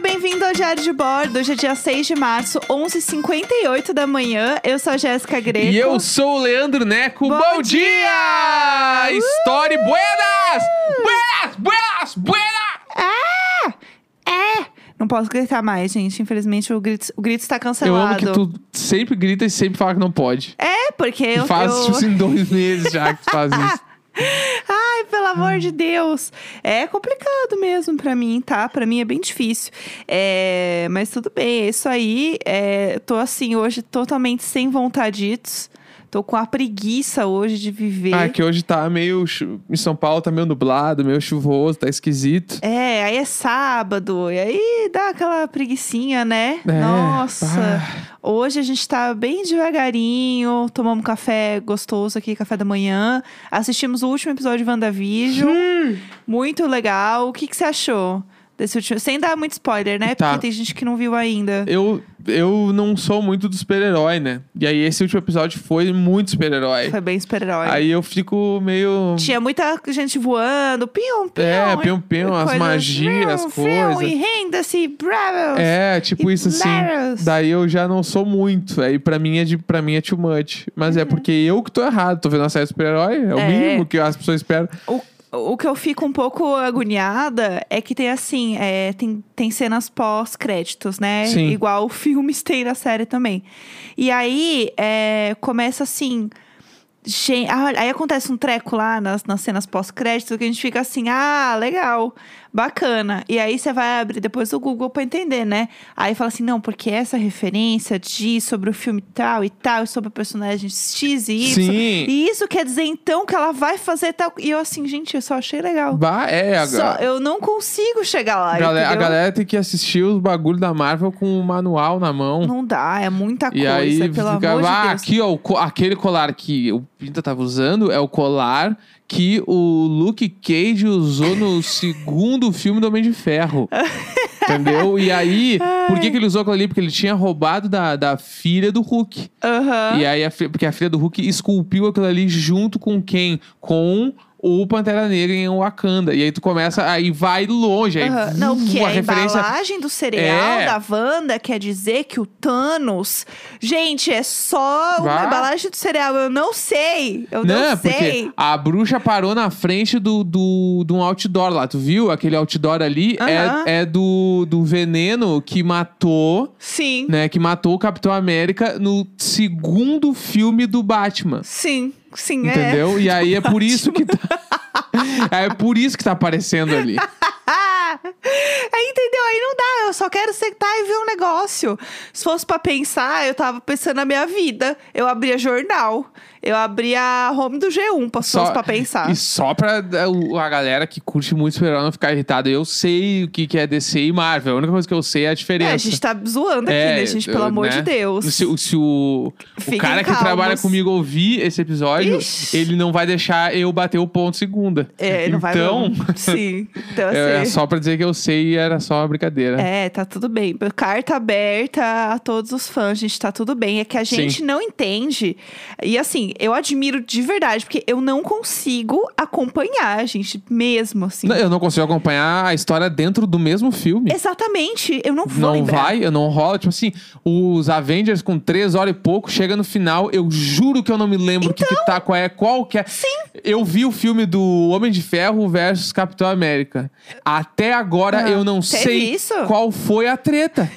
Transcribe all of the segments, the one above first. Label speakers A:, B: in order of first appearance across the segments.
A: bem-vindo ao Diário de Bordo. Hoje é dia 6 de março, 11h58 da manhã. Eu sou a Jéssica Greco.
B: E eu sou o Leandro Neco.
A: Bom Uh!
B: Bom, dia!
A: dia!
B: Story buenas! Buenas, buenas, buenas!
A: É! Não posso gritar mais, gente. Infelizmente, o grito, o grito está
B: Eu
A: cancelado.
B: amo que tu sempre grita e sempre fala que não pode.
A: Tá É, porque eu...
B: tu faz
A: eu-
B: tipo assim dois meses já que tu faz isso.
A: Ai, pelo amor de Deus. É complicado mesmo pra mim, tá? Pra mim é bem difícil. É, mas tudo bem, é isso aí. É, tô assim, hoje totalmente sem vontaditos. Tô com a preguiça hoje de viver.
B: Ah, que hoje tá meio. chu- Em São Paulo tá meio nublado, meio chuvoso, tá esquisito.
A: É, aí é sábado, e aí dá aquela preguiçinha, né?
B: É,
A: Nossa!
B: pá.
A: Hoje a gente tá bem devagarinho, tomamos café gostoso aqui, café da manhã. Assistimos o último episódio de WandaVision.
B: Hum.
A: Muito legal. O que, que você achou desse último? Sem dar muito spoiler, né?
B: Tá.
A: Porque tem gente que não viu ainda.
B: Eu, eu não sou muito do super-herói, né? E aí esse último episódio foi muito super-herói.
A: Foi um bem super-herói.
B: Aí eu fico meio.
A: Tinha muita gente voando, pium, pium.
B: É,
A: e
B: pium-pium, as
A: coisas,
B: magias,
A: pium,
B: as
A: pium,
B: coisas.
A: E renda-se, bravos.
B: É, tipo
A: E
B: isso assim.
A: Blaros.
B: Daí eu já não sou muito. Aí pra mim é de para mim é too much. Mas é porque eu que tô errado. Tô vendo a série de super-herói, é o
A: Uhum. É.
B: mínimo que as pessoas esperam.
A: O, o que eu fico um pouco agoniada é que tem assim, é, tem, tem cenas pós-créditos, né?
B: Sim.
A: Igual filmes tem na série também. E aí é, começa assim. Gente, ah, aí acontece um treco lá nas, nas cenas pós-crédito que a gente fica assim, ah, legal, bacana. E aí você vai abrir depois o Google pra entender, né? Aí fala assim, não, porque essa referência de sobre o filme tal e tal, e sobre o personagem X e Y.
B: Sim.
A: E isso quer dizer, então, que ela vai fazer tal. E eu assim, gente, eu só achei legal.
B: Bah, é, a,
A: Só, eu não consigo chegar lá.
B: a galera, a
A: entendeu?
B: galera tem que assistir os bagulho da Marvel com o manual na mão.
A: Não dá, é muita
B: um- E
A: coisa,
B: aí
A: pelo
B: fica,
A: amor
B: ah,
A: de Deus.
B: aqui ó, o co- aquele colar que o Pinta tava usando é o colar que o Luke Cage usou no segundo filme do Homem de Ferro. Entendeu? E aí, por que, que ele usou aquilo ali? Porque ele tinha roubado da, da filha do Hulk.
A: Aham.
B: E aí, a fi- porque a filha do Hulk esculpiu aquilo ali junto com quem? Com o Pantera Negra em Wakanda. E aí tu começa, aí vai longe. Aí, uh,
A: Aham. Não, porque
B: a
A: a
B: referência
A: embalagem do cereal
B: É.
A: da Wanda quer dizer que o Thanos. Gente, é só uma
B: Vá.
A: embalagem do cereal. Eu não sei. Eu não, sei.
B: porque a bruxa parou na frente do, do, de um outdoor lá. Tu viu? Aquele outdoor ali
A: Aham.
B: é, é do, do veneno que matou,
A: Sim.
B: né? Que matou o Capitão América no segundo filme do Batman.
A: Sim, sim, é.
B: Entendeu? E aí é por isso que tá. É por isso que tá aparecendo ali.
A: Ah! Aí, entendeu? Aí não dá. Eu só quero sentar e ver um negócio. Se fosse pra pensar, eu tava pensando na minha vida. Eu abria jornal. Eu abria home do G1, pra- se fosse pra pensar.
B: E só pra eh, o- a galera que curte muito super não ficar irritada. Eu sei o que, que é DC e Marvel. A única coisa que eu sei é a
A: É,
B: diferença.
A: a gente tá zoando aqui,
B: É,
A: né, gente?
B: eu-
A: Pelo amor
B: né?
A: de Deus.
B: Se, o- se o,
A: Fiquem
B: o cara que
A: calmos.
B: trabalha comigo ouvir esse episódio,
A: Ixi.
B: ele não vai deixar eu bater o ponto segunda.
A: É, não vai
B: então,
A: não. Sim. Então, assim.
B: é, é só né? pra dizer que eu sei e era só uma brincadeira.
A: É, tá tudo bem. Carta aberta a todos os fãs, gente, tá tudo bem. É que a
B: Sim.
A: gente não entende. E assim, eu admiro de verdade, porque eu não consigo acompanhar, gente, mesmo assim.
B: Não, Eu não consigo acompanhar a história dentro do mesmo filme.
A: Exatamente, eu não vou
B: Não
A: lembrar.
B: vai, eu não rola. Tipo assim, os Avengers com três horas e pouco, chega no final, eu juro que eu não me lembro o que, que tá, qual é, qual que é.
A: Então, Sim.
B: Eu vi o filme do Homem de Ferro versus Capitão América. Até agora
A: Ah,
B: eu não
A: teve
B: sei
A: isso?
B: qual foi a treta.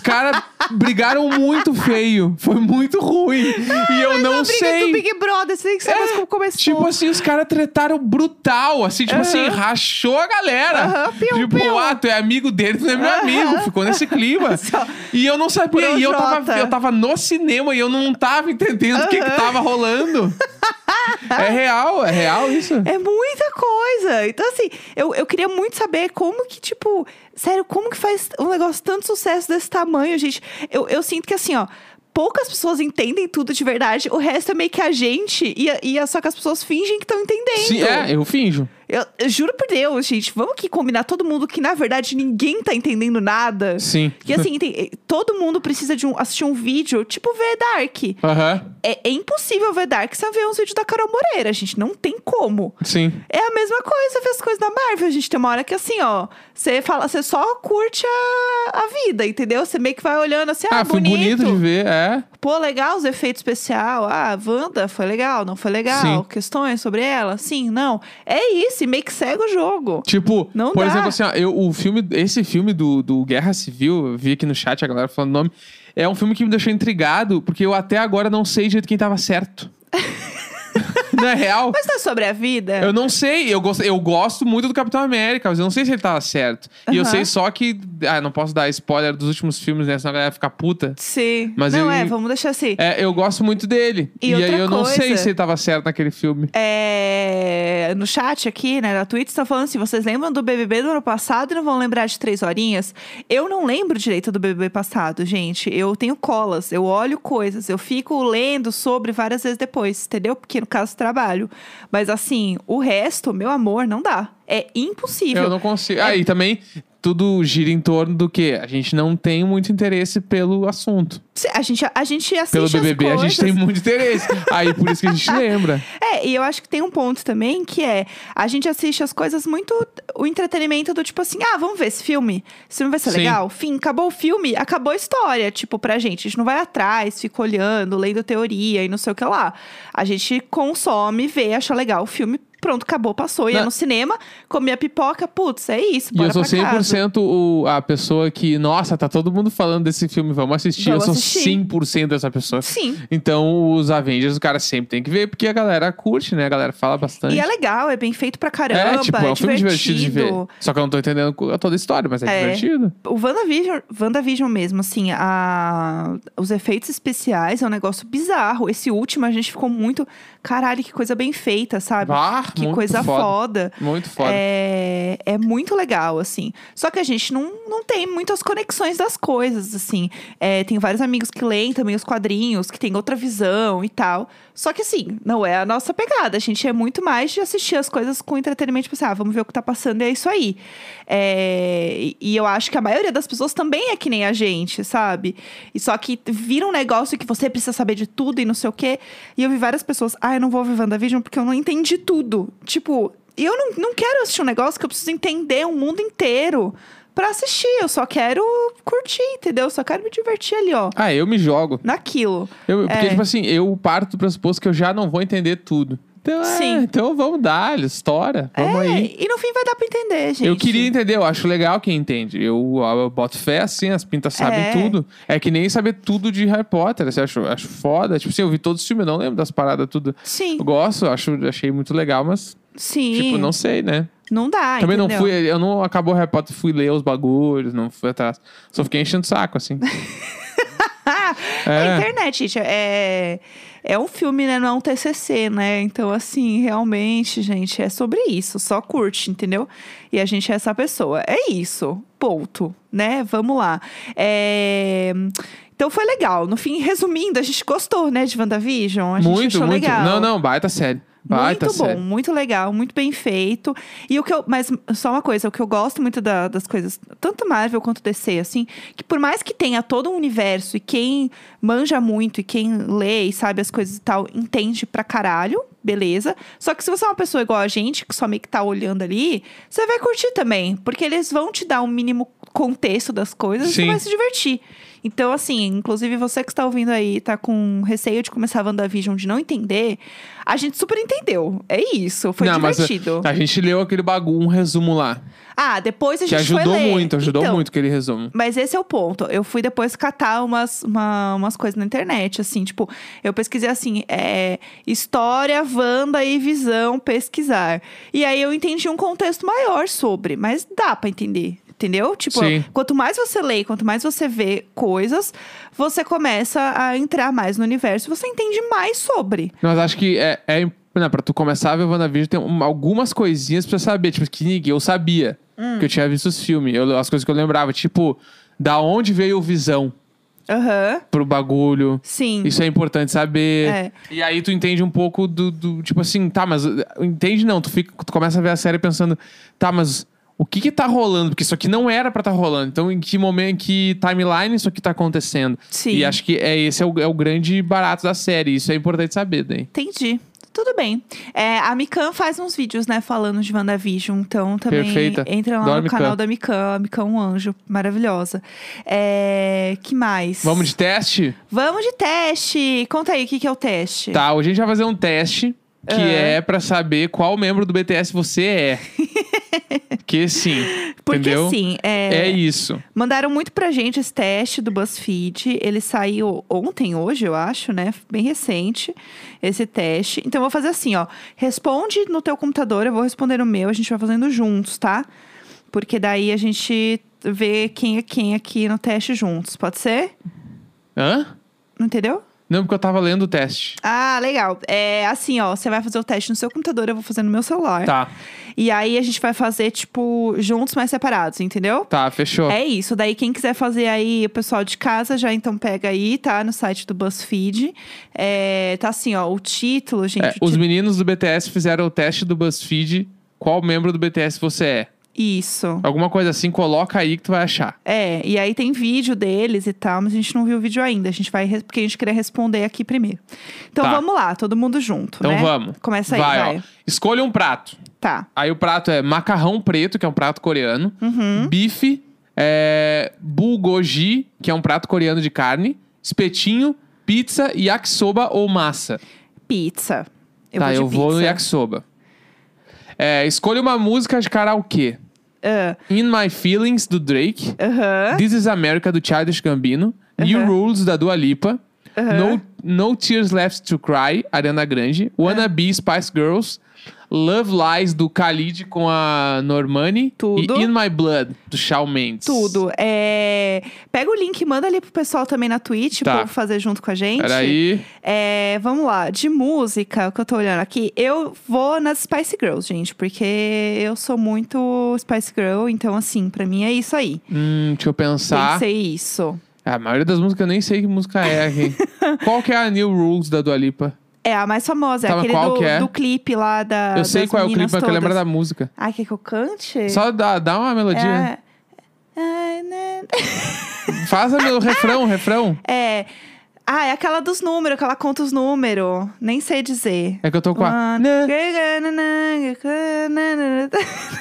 B: caras brigaram muito feio. Foi muito ruim. e eu não
A: A briga é do
B: sei.
A: Big Brother, você tem que saber mais como começou.
B: Tipo assim, os caras tretaram brutal, assim, tipo assim, rachou a galera.
A: É. Aham, piu,
B: tipo,
A: piu.
B: ah, tu é amigo dele, tu não é meu amigo. Ficou nesse clima.
A: Só-
B: e eu não sabia, e eu
A: Projota.
B: tava, eu tava no cinema e eu não tava entendendo o que que tava rolando. é real, é real isso.
A: É muita coisa. Então, assim, eu, eu queria muito saber como que, tipo, sério, como que faz um negócio tanto sucesso desse tamanho, gente? Eu, eu sinto que, assim, ó, poucas pessoas entendem tudo de verdade, o resto é meio que a gente, e, é- e é só que as pessoas fingem que estão entendendo.
B: Sim, é, eu finjo.
A: Eu, eu juro por Deus, gente. Vamos aqui combinar todo mundo que, na verdade, ninguém tá entendendo nada.
B: Sim.
A: Que assim, tem- todo mundo precisa de um, assistir um vídeo, tipo ver Dark.
B: Aham.
A: É, é impossível ver Dark sem ver uns vídeos da Carol Moreira, gente. Não tem como.
B: Sim.
A: É a mesma coisa ver as coisas da Marvel, gente. Tem uma hora que assim, ó, você fala, você só curte a, a vida, entendeu? Você meio que vai olhando assim, ah,
B: Ah, foi bonito de ver, é.
A: Pô, legal os efeitos especial. Ah, Wanda, foi legal, não foi legal.
B: Sim.
A: Questões sobre ela? Sim, não. É isso, e meio que segue o jogo.
B: Tipo,
A: Não
B: por
A: dá.
B: exemplo, assim, ó, eu, o filme, esse filme do, do Guerra Civil, eu vi aqui no chat a galera falando o nome, é um filme que me deixou intrigado, porque eu até agora não sei direito quem tava certo. Na real,
A: Mas não é sobre a vida?
B: eu não sei. Eu gosto, eu gosto muito do Capitão América, mas eu não sei se ele tava certo. E eu
A: Aham.
B: sei só que. Ah, não posso dar spoiler dos últimos filmes, né? Senão a galera fica puta.
A: Sim.
B: Mas
A: não
B: eu-
A: é, vamos deixar assim.
B: É, eu gosto muito dele.
A: E
B: aí
A: outra
B: eu não sei
A: coisa.
B: se ele tava certo naquele filme.
A: É, no chat aqui, né, na Twitch, tá falando assim: vocês lembram do BBB do ano passado e não vão lembrar de três horinhas? Eu não lembro direito do BBB passado, gente. Eu tenho colas, eu olho coisas, eu fico lendo sobre várias vezes depois, entendeu? Porque no caso trabalho. Mas assim, o resto, meu amor, não dá. É impossível.
B: Eu não
A: É
B: consigo. Aí também tudo gira em torno do quê? A gente não tem muito interesse pelo assunto.
A: Se- A gente, a gente assiste
B: Pelo
A: as
B: BBB a gente
A: coisas.
B: tem muito interesse. Aí por isso que a gente lembra.
A: É, e eu acho que tem um ponto também que é a gente assiste as coisas muito. O entretenimento do tipo assim, ah, vamos ver esse filme. Esse filme vai ser
B: Sim.
A: legal. Fim, acabou o filme, acabou a história, tipo, pra gente. A gente não vai atrás, fica olhando, lendo teoria e não sei o que lá. A gente consome, vê, acha legal o filme. Pronto, acabou, passou. Ia
B: Não.
A: no cinema, comia pipoca, putz, é isso,
B: E
A: bora
B: eu sou
A: pra casa.
B: 100% o, a pessoa que, nossa, tá todo mundo falando desse filme, vamos assistir.
A: Vamos
B: eu
A: assistir.
B: sou 100% essa pessoa.
A: Sim.
B: Então, os Avengers, o cara sempre tem que ver, porque a galera curte, né? A galera fala bastante.
A: E é legal, é bem feito pra caramba,
B: é, tipo, é um filme divertido de ver.
A: divertido.
B: Só que eu não tô entendendo toda a história, mas é,
A: É.
B: divertido.
A: O WandaVision, WandaVision mesmo, assim, a, os efeitos especiais é um negócio bizarro. Esse último a gente ficou muito. Caralho, que coisa bem feita, sabe?
B: Bah,
A: que
B: Ah, muito
A: coisa foda.
B: foda. Muito foda.
A: É, é muito legal, assim. Só que a gente não, não tem muitas conexões das coisas, assim. É, tem vários amigos que leem também os quadrinhos, que tem outra visão e tal. Só que, assim, não é a nossa pegada. A gente é muito mais de assistir as coisas com entretenimento, tipo assim, ah, vamos ver o que tá passando e é isso aí. É, e- e eu acho que a maioria das pessoas também é que nem a gente, sabe? E só que vira um negócio que você precisa saber de tudo e não sei o quê. E eu vi várias pessoas, ah, eu não vou ver WandaVision porque eu não entendi tudo. Tipo, e eu não, não quero assistir um negócio que eu preciso entender o mundo inteiro pra assistir. Eu só quero curtir, entendeu? Eu só quero me divertir ali, ó.
B: Ah, eu me jogo.
A: Naquilo.
B: Eu- porque,
A: É.
B: tipo assim, eu parto do pressuposto que eu já não vou entender tudo. Então, é,
A: Sim.
B: então vamos dar, estoura.
A: É,
B: Vamos aí.
A: e no fim vai dar pra entender, gente.
B: Eu queria entender, eu acho legal quem entende. Eu, eu boto fé assim, as pintas sabem
A: É.
B: tudo. É que nem saber tudo de Harry Potter, assim, acho, acho foda. Tipo assim, eu vi todos os filmes, não lembro das paradas, tudo.
A: Sim,
B: Eu gosto, acho, achei muito legal, mas,
A: sim.
B: tipo, não
A: não...
B: sei, né?
A: dá,
B: Também não
A: entendeu?
B: fui, eu não acabou o Harry Potter, fui ler os bagulhos, não fui atrás. Só fiquei enchendo o saco, assim.
A: É.
B: É.
A: internet, gente. É, é um filme, né? Não é um TCC, né? Então, assim, realmente, gente, é sobre isso. Só curte, entendeu? E a gente é essa pessoa. É isso. Ponto. Né? Vamos lá. É, Então foi legal. No fim, resumindo, a gente gostou, né, de WandaVision? A gente
B: muito,
A: achou
B: muito.
A: legal.
B: Não, não, baita série. Baita
A: Muito bom,
B: série.
A: muito legal, muito bem feito. E o que eu. Mas só uma coisa, o que eu gosto muito da- das coisas, tanto Marvel quanto DC, assim, que por mais que tenha todo um universo e quem manja muito e quem lê e sabe as coisas e tal, entende pra caralho, beleza. Só que se você é uma pessoa igual a gente, que só meio que tá olhando ali, você vai curtir também. Porque eles vão te dar um mínimo contexto das coisas e você
B: Sim.
A: vai se divertir. Então, assim, inclusive você que está ouvindo aí, tá com receio de começar a WandaVision de não entender, a gente super entendeu. É isso, foi
B: Não, mas,
A: divertido.
B: A gente leu aquele bagulho, um resumo lá.
A: Ah, depois a
B: Que
A: gente foi
B: ajudou
A: ler.
B: muito, ajudou
A: Então,
B: muito aquele resumo.
A: Mas esse é o ponto. Eu fui depois catar umas, uma- umas coisas na internet, assim, tipo, eu pesquisei assim, é, história, Wanda e visão, pesquisar. E aí eu entendi um contexto maior sobre, mas dá pra entender. Entendeu? Tipo,
B: Sim.
A: quanto mais você lê, quanto mais você vê coisas, você começa a entrar mais no universo, você entende mais sobre.
B: Mas acho que é. é imp- não, pra tu começar a ver WandaVision, tem um- algumas coisinhas pra saber. Tipo, que ninguém eu
A: Hum.
B: sabia. Que eu tinha visto os filmes. eu- as coisas que eu lembrava. Tipo, da onde veio o Visão?
A: Aham.
B: pro bagulho.
A: Sim.
B: Isso é importante saber.
A: É.
B: E aí tu entende um pouco do, do- Tipo assim, tá, mas. uh, Entende não. Tu, fica, tu começa a ver a série pensando, tá, mas o que que tá rolando? Porque isso aqui não era pra tá rolando. Então, em que momento, em que timeline isso aqui tá acontecendo?
A: Sim.
B: E acho que é, esse é o, é o grande barato da série. Isso é importante saber, daí.
A: Entendi. Tudo bem. É, a Mikan faz uns vídeos, né, falando de WandaVision. Então também
B: Perfeita.
A: entra lá
B: Adoro
A: no
B: a
A: canal
B: Mikan.
A: da Mikan. A Mikan é um anjo. Maravilhosa. É, que mais?
B: Vamos de teste?
A: Vamos de teste. Conta aí o que, que é o teste.
B: Tá, hoje a gente vai fazer um teste que
A: Ah.
B: é pra saber qual membro do BTS você é. que sim.
A: Porque
B: entendeu?
A: assim,
B: É
A: é,
B: isso.
A: mandaram muito pra gente esse teste do BuzzFeed. Ele saiu ontem, hoje, eu acho, né? Bem recente esse teste. Então eu vou fazer assim, ó. Responde no teu computador, eu vou responder no meu, a gente vai fazendo juntos, tá? Porque daí a gente vê quem é quem aqui no teste juntos. Pode ser?
B: Hã?
A: Entendeu?
B: Não, porque eu tava lendo o teste.
A: Ah, legal. É assim, ó. Você vai fazer o teste no seu computador, eu vou fazer no meu celular.
B: Tá,
A: E aí a gente vai fazer, tipo, juntos, mas separados, entendeu?
B: tá, fechou.
A: É isso. Daí, quem quiser fazer aí, o pessoal de casa, já então pega aí, tá? No site do BuzzFeed. É, tá assim, ó, o título, gente.
B: É,
A: o
B: os
A: título-
B: meninos do BTS fizeram o teste do BuzzFeed. Qual membro do BTS você é?
A: Isso.
B: Alguma coisa assim, coloca aí que tu vai achar.
A: É, e aí tem vídeo deles e tal, mas a gente não viu o vídeo ainda. A gente vai, res- porque a gente queria responder aqui primeiro. Então
B: Tá.
A: vamos lá, todo mundo junto,
B: Então
A: né?
B: vamos.
A: Começa aí,
B: vai,
A: vai.
B: ó. Escolha um prato.
A: Tá.
B: Aí o prato é macarrão preto, que é um prato coreano.
A: Uhum.
B: Bife, é, bulgogi, que é um prato coreano de carne. Espetinho, pizza, yakisoba ou massa.
A: Pizza. Eu
B: tá,
A: vou de
B: eu vou no
A: pizza.
B: yakisoba. É, escolha uma música de karaokê.
A: Ah,
B: In My Feelings, do Drake.
A: Aham.
B: This is America do Childish Gambino, New
A: Aham.
B: Rules da Dua Lipa,
A: Aham.
B: no, no Tears Left to Cry, Ariana Grande, Wanna Be Spice Girls, Love Lies do Khalid com a Normani
A: Tudo.
B: e In My Blood do Shawn Mendes.
A: Tudo. É, Pega o link, manda ali pro pessoal também na Twitch,
B: Tá.
A: pra povo fazer junto com a gente.
B: Peraí.
A: É, vamos lá, de música, o que eu tô olhando aqui, eu vou nas Spice Girls, gente, porque eu sou muito Spice Girl, então assim, pra mim é isso aí.
B: Hum, deixa eu pensar. Ah,
A: Pensei isso.
B: A maioria das músicas eu nem sei que música é aqui. Qual que é a New Rules da Dua Lipa?
A: É a mais famosa, é
B: Tá, mas
A: aquele
B: qual
A: do,
B: que é?
A: do clipe lá da.
B: eu sei
A: das
B: qual é o clipe,
A: Ah, meninas
B: mas que eu lembro
A: todas. É.
B: da música.
A: Ai, quer que eu cante?
B: Só dá, dá uma melodia.
A: É. Ai, né?
B: Faz a meu refrão, refrão.
A: É. Ah, é aquela dos números, que ela conta os números. Nem sei dizer.
B: É Né? que eu tô com a.
A: One-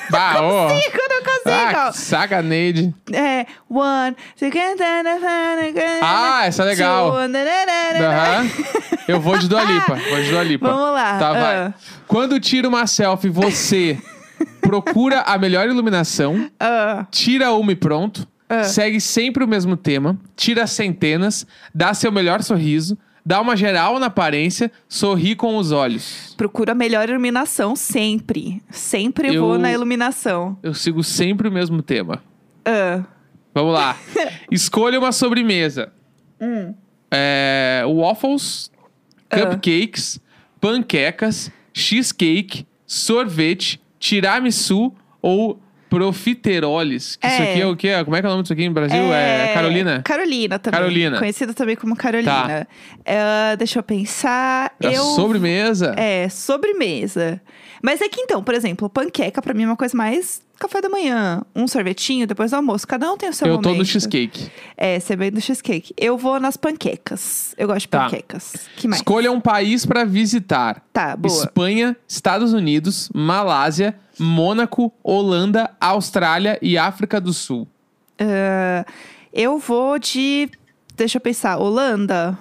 B: Bah,
A: Eu
B: ó.
A: não consigo!
B: Ah, que sacaneide.
A: É, one, tá Ah,
B: Ah, essa é legal. Aham. Eu vou de Dua Lipa. Vou de Dua Lipa.
A: né, Vamos lá.
B: Tá, vai.
A: Ah.
B: Quando tira uma selfie, você procura a melhor iluminação,
A: Ah,
B: tira uma e pronto, segue sempre o mesmo tema, tira centenas, dá seu melhor sorriso, dá uma geral na aparência, sorri com os olhos.
A: procura a melhor iluminação sempre. Sempre
B: Eu-
A: vou na iluminação.
B: Eu sigo sempre o mesmo tema.
A: Ah,
B: Vamos lá. Escolha uma sobremesa.
A: Hum.
B: É, waffles,
A: Ah.
B: cupcakes, panquecas, cheesecake, sorvete, tiramisu ou profiteroles. Que Isso
A: É.
B: aqui é o quê? Como é que é o nome disso aqui no Brasil? É, Carolina?
A: Carolina também.
B: Carolina. Tá.
A: Conhecida também como Carolina. Ah, deixa eu pensar.
B: Da
A: eu...
B: sobremesa?
A: É, sobremesa. Mas é que então, por exemplo, panqueca pra mim é uma coisa mais café da manhã. Um sorvetinho, depois do almoço. Cada um tem o seu
B: Eu
A: momento.
B: tô no cheesecake.
A: É, você veio do cheesecake. Eu vou nas panquecas. Eu gosto de
B: Tá.
A: panquecas. Que mais?
B: Escolha um país pra visitar.
A: Tá, boa.
B: Espanha, Estados Unidos, Malásia, Mônaco, Holanda, Austrália e África do Sul.
A: Ah, eu vou de. Deixa eu pensar, Holanda?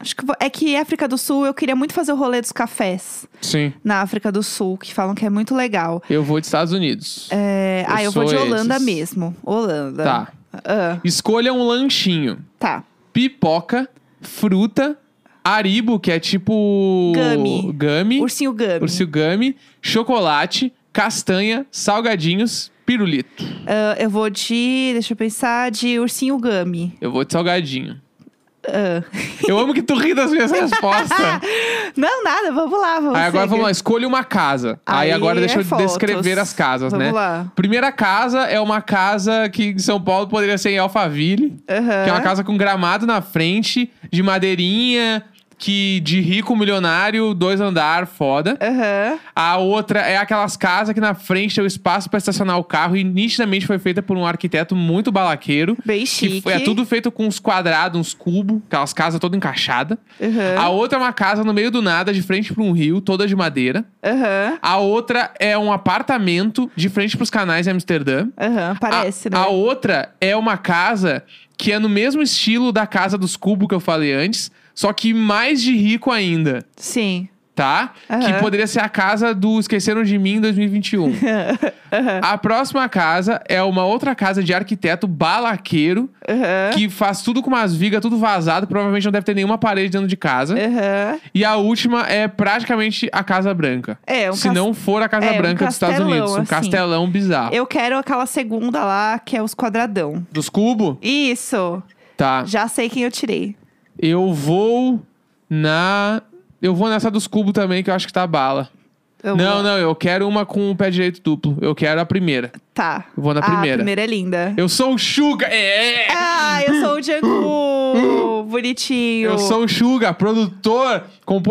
A: Acho que vou- é que África do Sul, eu queria muito fazer o rolê dos cafés
B: Sim.
A: na África do Sul, que falam que é muito legal.
B: Eu vou de Estados Unidos.
A: É,
B: Eu
A: ah, eu vou de
B: sou
A: Holanda
B: esses.
A: mesmo. Holanda.
B: Tá.
A: Ah,
B: Escolha um lanchinho:
A: tá.
B: pipoca, fruta, aribo, que é tipo.
A: Gummy.
B: Gummy.
A: Ursinho Gummy.
B: Ursinho gummy, chocolate, castanha, salgadinhos, pirulito.
A: Ah, eu vou de. Deixa eu pensar, de Ursinho Gummy.
B: Eu vou de salgadinho.
A: Ah.
B: Eu amo que tu ri das minhas respostas.
A: Não, nada, vamos lá, vamos
B: Aí agora
A: seguir.
B: vamos lá, escolha uma casa. Aí,
A: Aí
B: agora
A: é
B: deixa eu
A: fotos.
B: descrever as casas,
A: Vamos
B: né?
A: lá.
B: Primeira casa é uma casa que em São Paulo poderia ser em Alphaville.
A: Aham.
B: Que é uma casa com gramado na frente, de madeirinha, que de rico milionário, dois andar, foda.
A: Aham.
B: A outra é aquelas casas que na frente é o espaço pra estacionar o carro e nitidamente foi feita por um arquiteto muito balaqueiro.
A: Bem
B: Que
A: chique.
B: foi- é tudo feito com uns quadrados, uns cubos, aquelas casas toda encaixada.
A: Aham.
B: A outra é uma casa no meio do nada, de frente pra um rio, toda de madeira.
A: Aham.
B: A outra é um apartamento de frente pros canais em Amsterdã.
A: Aham. Parece,
B: a,
A: né?
B: a outra é uma casa que é no mesmo estilo da casa dos cubos que eu falei antes, só que mais de rico ainda,
A: Sim.
B: tá?
A: Aham.
B: Que poderia ser a casa do Esqueceram de Mim em 2021.
A: Aham.
B: a próxima casa é uma outra casa de arquiteto balaqueiro,
A: Aham.
B: que faz tudo com umas vigas, tudo vazado, provavelmente não deve ter nenhuma parede dentro de casa.
A: É. Aham.
B: E a última é praticamente a Casa Branca.
A: É, um
B: Se não for a Casa
A: é, um
B: Branca dos Estados
A: castelão,
B: Unidos. Um
A: assim.
B: castelão bizarro.
A: Eu quero aquela segunda lá, que é os quadradão.
B: Dos cubos?
A: Isso.
B: Tá.
A: Já sei quem eu tirei.
B: Eu vou na. Eu vou nessa dos cubos também, que eu acho que tá bala.
A: Eu
B: não,
A: vou-
B: não, eu quero uma com o pé direito duplo. Eu quero a primeira.
A: Tá.
B: Eu vou na
A: Ah, a
B: primeira.
A: primeira é linda.
B: Eu sou o Suga! É!
A: Ah, eu sou o Django! Bonitinho.
B: Eu sou o Suga, produtor,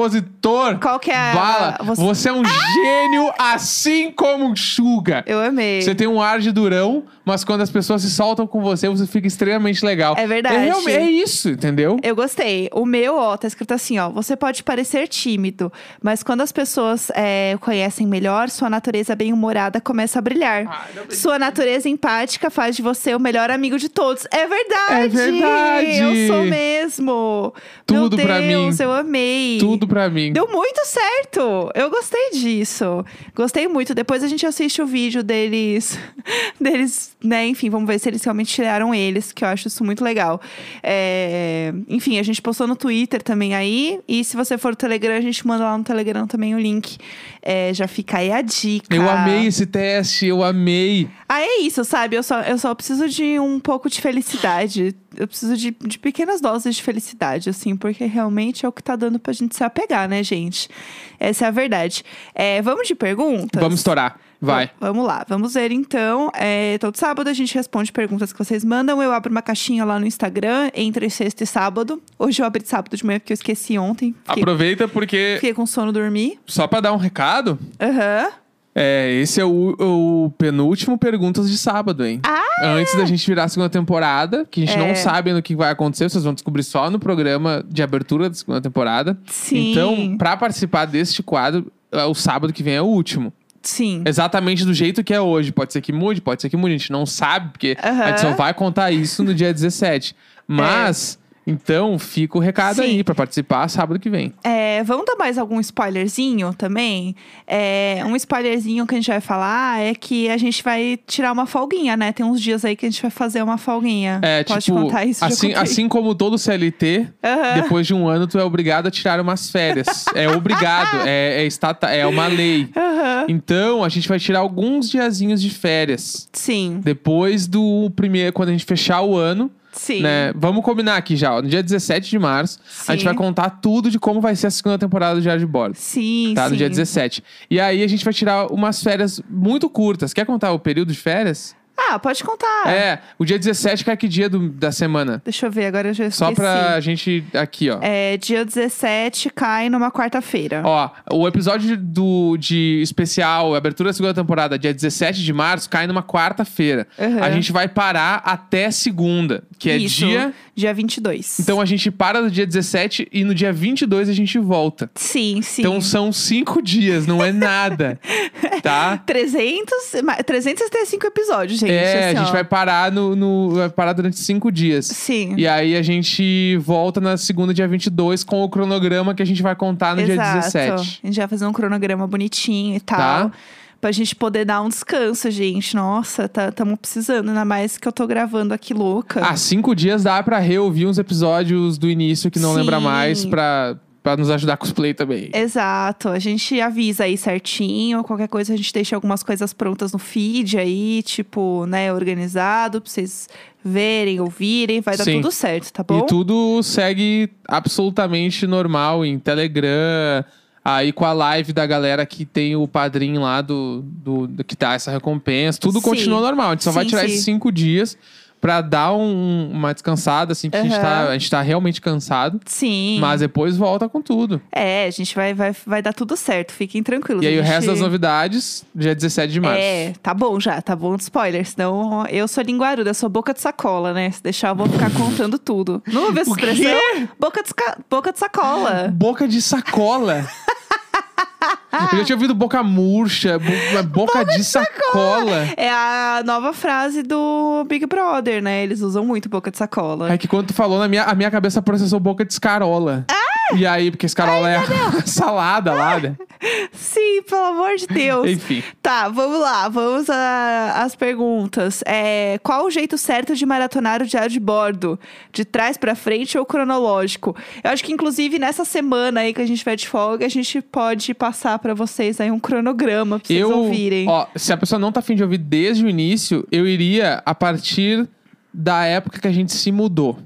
B: compositor.
A: Qual que é a-
B: Bala! Você,
A: você-
B: é um gênio assim como o Suga!
A: Eu amei.
B: Você tem um ar de durão, mas quando as pessoas se soltam com você, você fica extremamente legal.
A: É verdade.
B: É, realme- é isso, entendeu?
A: Eu gostei. O meu, ó, tá escrito assim, ó. Você pode parecer tímido, mas quando as pessoas é, conhecem melhor, sua natureza bem-humorada começa a brilhar.
B: Ah, não brinca.
A: sua natureza empática faz de você o melhor amigo de todos. É verdade!
B: É verdade!
A: Eu sou mesmo!
B: Tudo
A: meu Deus,
B: pra mim.
A: eu amei!
B: Tudo pra mim.
A: Deu muito certo! Eu gostei disso. Gostei muito. Depois a gente assiste o vídeo deles. deles, né? Enfim, vamos ver se eles realmente tiraram eles, que eu acho isso muito legal. É, Enfim, a gente postou no Twitter também aí. E se você for no Telegram, a gente manda lá no Telegram também o link. É, já fica aí a dica.
B: Eu amei esse teste, eu amei.
A: Ah, é isso, sabe? Eu só, eu só preciso de um pouco de felicidade. Eu preciso de, de pequenas doses de felicidade, assim, porque realmente é o que tá dando pra gente se apegar, né, gente? Essa é a verdade. É, vamos de perguntas?
B: Vamos estourar. Vai.
A: Bom, vamos lá, vamos ver então. É, todo sábado a gente responde perguntas que vocês mandam. Eu abro uma caixinha lá no Instagram entre sexta e sábado. Hoje eu abri de sábado de manhã porque eu esqueci ontem. Fiquei,
B: Aproveita porque,
A: fiquei com sono dormir.
B: só pra dar um recado,
A: Aham.
B: é, esse é o, o penúltimo Perguntas de Sábado, hein?
A: Ah!
B: Antes da gente virar a segunda temporada, que a gente
A: É.
B: não sabe no que vai acontecer, vocês vão descobrir só no programa de abertura da segunda temporada.
A: Sim.
B: Então, pra participar deste quadro, é, o sábado que vem é o último.
A: Sim.
B: Exatamente do jeito que é hoje. Pode ser que mude, pode ser que mude. A gente não sabe, porque a gente só
A: Aham. É.
B: vai contar isso no dia 17. Mas, então, fica o recado
A: Sim.
B: aí pra participar sábado que vem.
A: É, vamos dar mais algum spoilerzinho também? É, um spoilerzinho que a gente vai falar é que a gente vai tirar uma folguinha, né? Tem uns dias aí que a gente vai fazer uma folguinha.
B: É,
A: Pode
B: tipo,
A: contar isso? já
B: assim,
A: contei.
B: assim como todo CLT,
A: Aham.
B: depois de um ano tu é obrigado a tirar umas férias. é obrigado, é, é, estata, é uma lei.
A: Aham.
B: Então, a gente vai tirar alguns diazinhos de férias.
A: Sim,
B: Depois do primeiro, quando a gente fechar o ano,
A: sim.
B: né? Vamos combinar aqui já, ó. No dia 17 de março, a gente
A: Sim.
B: vai contar tudo de como vai ser a segunda temporada do Diário de Bordo.
A: Sim,
B: Tá?
A: sim.
B: No dia 17. E aí a gente vai tirar umas férias muito curtas. Quer contar o período de férias?
A: Ah, pode contar.
B: É, o dia 17 que é que dia do- da semana?
A: Deixa eu ver, agora eu já esqueci.
B: Só pra gente aqui, ó.
A: É, dia 17 cai numa quarta-feira.
B: Ó, o episódio do, de especial, abertura da segunda temporada, dia 17 de março, cai numa quarta-feira.
A: Aham.
B: A gente vai parar até segunda, que é
A: Isso,
B: dia.
A: Dia 22.
B: Então a gente para no dia 17 e no dia 22 a gente volta.
A: Sim, sim.
B: Então são cinco dias, não é nada. tá?
A: 300, ma- 365 episódios, gente.
B: é,
A: assim,
B: a gente
A: ó.
B: vai parar no, no- vai parar durante cinco dias.
A: Sim.
B: E aí a gente volta na segunda, dia 22, com o cronograma que a gente vai contar no dia
A: Exato.
B: 17.
A: A gente vai fazer um cronograma bonitinho e tal.
B: Tá.
A: Pra gente poder dar um descanso, gente. Nossa, tá, tamo precisando, ainda mais que eu tô gravando aqui louca.
B: Ah, cinco dias dá pra reouvir uns episódios do início que não
A: Sim. É
B: lembra mais pra, pra Pra nos ajudar com os play também.
A: Exato, a gente avisa aí certinho, qualquer coisa a gente deixa algumas coisas prontas no feed aí, tipo, né, organizado, pra vocês verem, ouvirem, vai dar
B: Sim.
A: tudo certo, tá bom?
B: E tudo segue absolutamente normal em Telegram, aí com a live da galera que tem o padrinho lá do, do, do- que dá essa recompensa. Tudo
A: Sim.
B: continua normal. A gente só vai
A: Sim,
B: tirar
A: sim.
B: esses cinco dias pra dar um- uma descansada, assim, porque a, gente tá,
A: Aham.
B: a gente tá realmente cansado.
A: Sim.
B: Mas depois volta com tudo.
A: É, a gente vai, vai, vai dar tudo certo, fiquem tranquilos.
B: E aí
A: a
B: o
A: gente...
B: resto das novidades, dia 17 de março.
A: É, tá bom já, tá bom de spoiler. Senão eu sou linguaruda, eu sou boca de sacola, né? Se deixar, eu vou ficar contando tudo. Não ouviu essa
B: O quê?
A: expressão? Boca de, esca- boca de sacola.
B: Boca de sacola. Eu já tinha ouvido boca murcha, bo- boca, de sacola.
A: É a nova frase do Big Brother, né? Eles usam muito boca de sacola.
B: É que quando tu falou, na minha, a minha cabeça processou boca de escarola. E aí, porque escarola é a salada lá, né?
A: Sim, pelo amor de Deus.
B: Enfim.
A: Tá, vamos lá, vamos a- às perguntas. É, qual o jeito certo de maratonar o diário de bordo? De trás pra frente ou cronológico? Eu acho que, inclusive, nessa semana aí que a gente vai de folga, a gente pode passar pra vocês aí um cronograma pra vocês
B: eu,
A: ouvirem.
B: Ó, se a pessoa não tá afim de ouvir desde o início, eu iria a partir da época que a gente se mudou.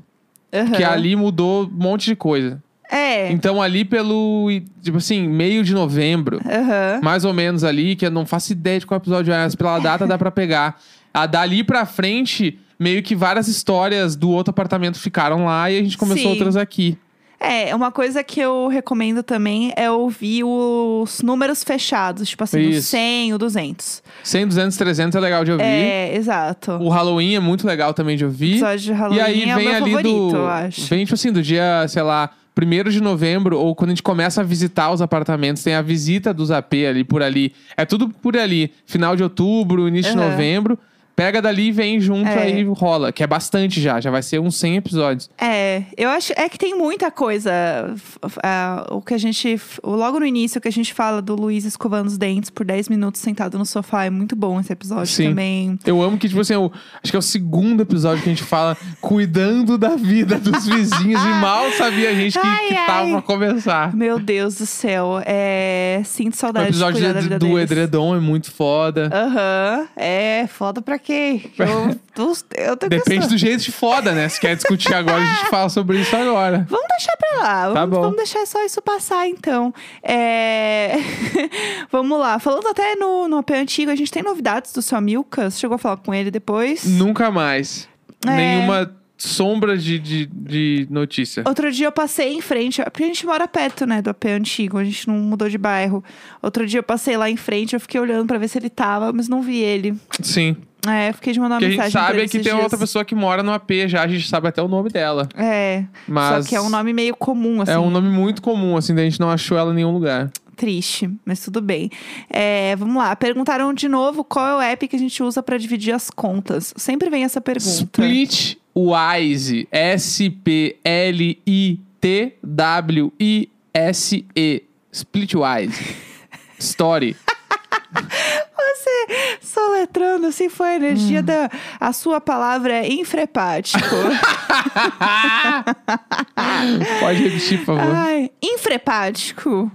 A: Aham.
B: Que ali mudou um monte de coisa.
A: É,
B: Então, ali pelo, tipo assim, meio de novembro,
A: aham.
B: mais ou menos ali, que eu não faço ideia de qual episódio é, mas pela data dá pra pegar. A dali pra frente, meio que várias histórias do outro apartamento ficaram lá e a gente começou
A: Sim.
B: outras aqui.
A: É, uma coisa que eu recomendo também é ouvir os números fechados, tipo assim, o
B: Isso.
A: 100, o 200.
B: 100, 200, 300 é legal de ouvir.
A: É, exato.
B: O Halloween é muito legal também de
A: O
B: ouvir.
A: episódio de Halloween
B: e aí
A: é o
B: vem
A: meu
B: ali
A: favorito,
B: do.
A: eu acho.
B: Vem, tipo assim, do dia, sei lá, 1 de novembro, ou quando a gente começa a visitar os apartamentos, tem a visita dos AP ali por ali. É tudo por ali. Final de outubro, início de
A: Aham.
B: novembro. Pega dali e vem junto,
A: É.
B: aí rola. Que é bastante já. Já vai ser uns 100 episódios.
A: É, eu acho é que tem muita coisa. f- f- ah, o que a gente. f- o- Logo no início, o que a gente fala do Luiz escovando os dentes por 10 minutos sentado no sofá. É muito bom esse episódio
B: Sim.
A: também.
B: Eu amo que, tipo assim, é o- acho que é o segundo episódio que a gente fala cuidando da vida dos vizinhos. e mal sabia a gente que,
A: Ai,
B: que
A: ai.
B: tava pra começar.
A: Meu Deus do céu. É, sinto
B: O
A: saudade de
B: episódio
A: cuidar da
B: do,
A: vida
B: do
A: deles.
B: edredom é muito foda.
A: Aham. É, foda pra quê? Eu, tô- eu tô
B: Depende
A: cansada.
B: do jeito de foda, né? Se quer discutir agora, a gente fala sobre isso agora.
A: Vamos deixar pra lá.
B: Tá
A: vamos,
B: bom.
A: vamos deixar só isso passar, então. É, vamos lá. Falando até no, no AP antigo, a gente tem novidades do seu Amilca. Você chegou a falar com ele depois?
B: Nunca mais.
A: É.
B: Nenhuma sombra de, de, de notícia.
A: Outro dia eu passei em frente, é porque a gente mora perto, né, do AP antigo, a gente não mudou de bairro. Outro dia eu passei lá em frente, eu fiquei olhando pra ver se ele tava, mas não vi ele.
B: Sim.
A: É, fiquei de mandar
B: O
A: uma
B: que a
A: mensagem.
B: gente sabe
A: pra
B: é
A: ele
B: que
A: esses
B: tem
A: dias.
B: outra pessoa que mora no AP já, a gente sabe até o nome dela.
A: É,
B: Mas
A: só que é um nome meio comum, assim,
B: é um nome muito comum, assim, daí a gente não achou ela em nenhum lugar.
A: triste, mas tudo bem. É, vamos lá, perguntaram de novo qual é o app que a gente usa pra dividir as contas. Sempre vem essa pergunta.
B: Split Wise. S-P-L-I-T-W-I-S-E. Splitwise. Story.
A: Soletrando, assim foi a energia
B: Hum.
A: da... A sua palavra é infrepático.
B: Pode repetir, por favor.
A: Ai, infrepático.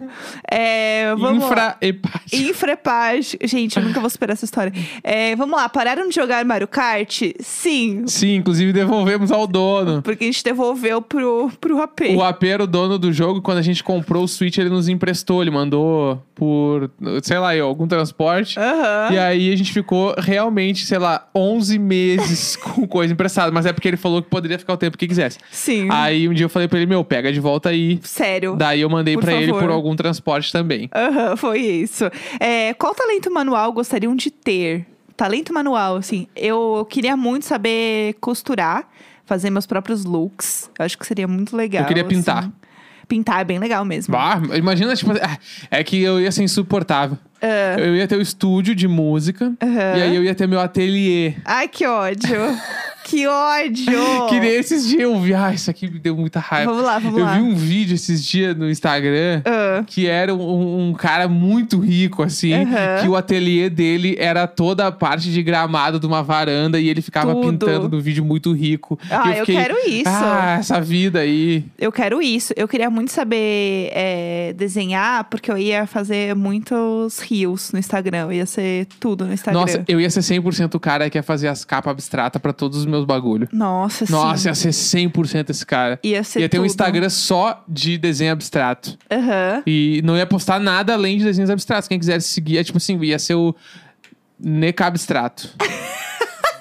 A: É, vamos lá.
B: Infra hepático.
A: Infrepático. Gente, eu nunca vou superar essa história. É, vamos lá, pararam de jogar Mario Kart? Sim,
B: Sim, inclusive devolvemos ao dono.
A: porque a gente devolveu pro, pro AP.
B: O AP era o dono do jogo, quando a gente comprou o Switch, ele nos emprestou, ele mandou por, sei lá, eu, algum transporte.
A: Aham.
B: E aí a gente ficou realmente, sei lá, 11 meses com coisa emprestada, mas é porque ele falou que poderia ficar o tempo que quisesse.
A: Sim,
B: Aí um dia eu falei pra ele, meu, pega de volta aí.
A: sério.
B: Daí eu mandei
A: Por
B: pra ele
A: favor.
B: por algum transporte também.
A: Aham, foi isso. É, qual talento manual gostariam de ter? Talento manual, assim. Eu queria muito saber costurar, fazer meus próprios looks. Eu acho que seria muito legal.
B: queria
A: assim.
B: pintar.
A: Pintar é bem legal mesmo.
B: Bah, imagina, tipo, ah, é que eu ia ser insuportável. Eu ia ter o estúdio de música,
A: É. Aham.
B: e aí eu ia ter meu ateliê.
A: Ai, que ódio. Que ódio!
B: Que nem esses dias eu vi. Ah, isso aqui me deu muita raiva.
A: Oh. Vamos lá, vamos
B: eu
A: lá.
B: vi um vídeo esses dias no Instagram
A: Ah.
B: que era um, um cara muito rico, assim,
A: Aham.
B: que o ateliê dele era toda a parte de gramado de uma varanda e ele ficava
A: Tudo.
B: pintando no vídeo muito rico.
A: Ah,
B: E
A: eu
B: fiquei,
A: quero isso.
B: Ah, essa vida aí.
A: Eu quero isso. Eu queria muito saber é, desenhar, porque eu ia fazer muitos rios no Instagram. Eu ia ser tudo no Instagram.
B: Nossa, eu ia ser 100% o cara que ia fazer as capas abstratas pra todos os meus bagulho.
A: Nossa, sim.
B: Nossa, ia ser 100% esse cara.
A: ia ser
B: ia ter um
A: tudo.
B: Instagram só de desenho abstrato.
A: Aham.
B: E não ia postar nada além de desenhos abstratos. Quem quisesse seguir, é tipo assim, ia ser o Neca Abstrato.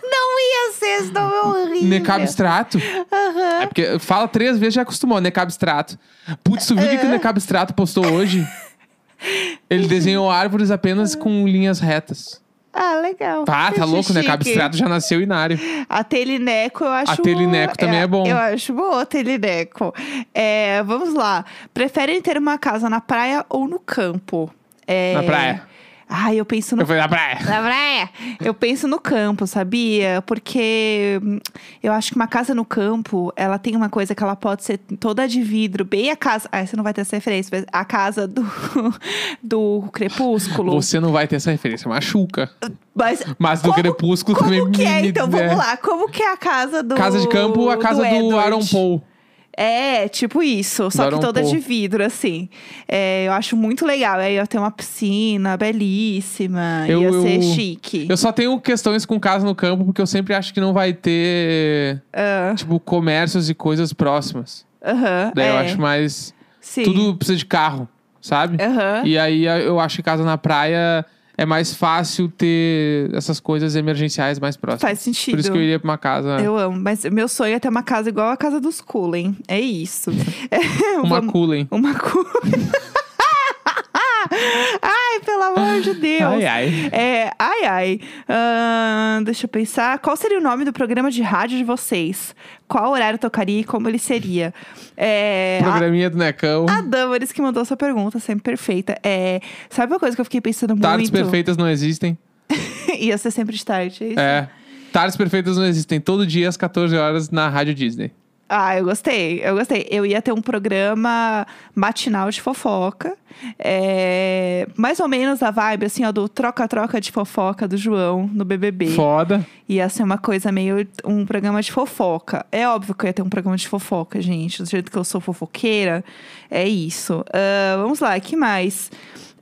A: Não ia ser, senão é horrível.
B: Neca Abstrato?
A: Aham.
B: É porque fala três vezes já acostumou, Neca Abstrato. Putz, tu viu o
A: É.
B: que que o Neca Abstrato postou hoje? Ele desenhou árvores apenas com linhas retas.
A: Ah, legal.
B: Pá,
A: Achei
B: tá louco, né?
A: chique.
B: Abstrato já nasceu inário.
A: A Telineco, eu acho...
B: A Telineco também é bom.
A: Eu acho boa a Telineco. É, vamos lá. Preferem ter uma casa na praia ou no campo? É...
B: Na praia.
A: Ai, eu penso no
B: Eu falei, na praia.
A: Na praia. Eu penso no campo, sabia? Porque hum, eu acho que uma casa no campo, ela tem uma coisa que ela pode ser toda de vidro, bem a casa. Ah, você não vai ter essa referência, mas a casa do, do crepúsculo.
B: Você não vai ter essa referência, machuca.
A: Mas
B: Mas do
A: Como-
B: Crepúsculo também.
A: como que é,
B: me-
A: então?
B: é.
A: Vamos lá. Como que é a casa do.
B: Casa de campo, a casa do,
A: Edward?
B: Aaron Paul.
A: É, tipo isso,
B: Do
A: só que
B: Aaron
A: toda
B: Paul.
A: de vidro, assim. É, eu acho muito legal. Aí eu tenho uma piscina belíssima,
B: Eu-
A: ia
B: eu-
A: ser chique.
B: Eu só tenho questões com casa no campo, porque eu sempre acho que não vai ter,
A: Ah.
B: tipo, comércios e coisas próximas.
A: Aham,
B: Daí eu
A: é,
B: acho mais.
A: sim.
B: Tudo precisa de carro, sabe?
A: Aham.
B: E aí a- eu acho que casa na praia é mais fácil ter essas coisas emergenciais mais próximas.
A: Faz sentido.
B: Por isso que eu iria pra uma casa,
A: Eu amo, mas meu sonho é ter uma casa igual a casa dos Cullen. É isso. É,
B: uma
A: vamos-
B: cooling.
A: Uma cu. ai, pelo amor de Deus.
B: Ai, ai.
A: É, ai, ai. Ahn, deixa eu pensar. Qual seria o nome do programa de rádio de vocês? Qual horário tocaria e como ele seria? É, a- Ah,
B: Programinha do Necão.
A: a Damaris que mandou essa pergunta, sempre perfeita. É, sabe uma coisa que eu fiquei pensando
B: Tardes
A: muito?
B: perfeitas não existem.
A: Ia ser sempre de tarde, é isso?
B: É. Tardes perfeitas não existem. Todo dia às 14 horas na Rádio Disney.
A: Ah, eu gostei, eu gostei. Eu ia ter um programa matinal de fofoca. é, mais ou menos a vibe, assim, ó, do troca-troca de fofoca do João no BBB.
B: Foda.
A: ia ser assim, uma coisa meio um programa de fofoca. É óbvio que eu ia ter um programa de fofoca, gente. Do jeito que eu sou fofoqueira, é isso. Ah, vamos lá, que mais?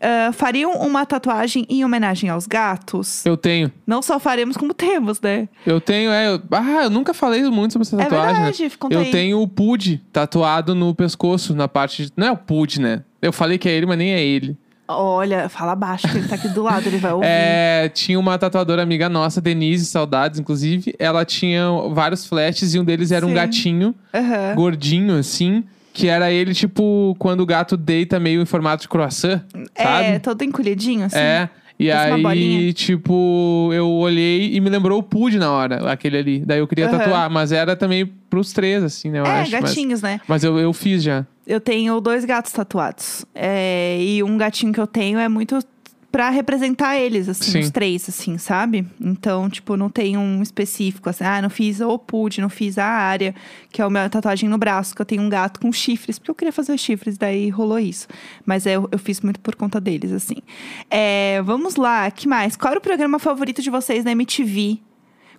A: Ah, fariam uma tatuagem em homenagem aos gatos?
B: Eu tenho.
A: Não só faremos como temos, né?
B: Eu tenho, é. eu- Ah, eu nunca falei muito sobre essa tatuagem.
A: é
B: né?
A: verdade, conta
B: eu
A: aí.
B: tenho o Pud tatuado no pescoço, na parte. de- Não é o Pud, né? Eu falei que é ele, mas nem é ele.
A: Olha, fala baixo, que ele tá aqui do lado, ele vai ouvir.
B: É, tinha uma tatuadora amiga nossa, Denise, saudades, inclusive. Ela tinha vários flashes e um deles era um
A: Sim. É.
B: gatinho,
A: Aham.
B: gordinho, assim. Que era ele, tipo, quando o gato deita meio em formato de croissant, sabe?
A: É, todo encolhidinho, assim.
B: É. E
A: Parece uma
B: aí,
A: bolinha.
B: tipo, eu olhei e me lembrou o Pud na hora, aquele ali. Daí eu queria
A: Aham.
B: tatuar, mas era também pros três, assim, né? Eu
A: É,
B: acho. mas-
A: gatinhos, né?
B: Mas, eu, eu fiz já.
A: Eu tenho dois gatos tatuados. É, e um gatinho que eu tenho é muito pra representar eles, assim,
B: Sim.
A: os três, assim, sabe? Então, tipo, não tem um específico, assim, ah, não fiz o pude, não fiz a área, que é o meu tatuagem no braço, que eu tenho um gato com chifres, porque eu queria fazer os chifres, daí rolou isso. Mas é, eu, eu fiz muito por conta deles, assim. É, vamos lá, que mais? Qual era o programa favorito de vocês na MTV?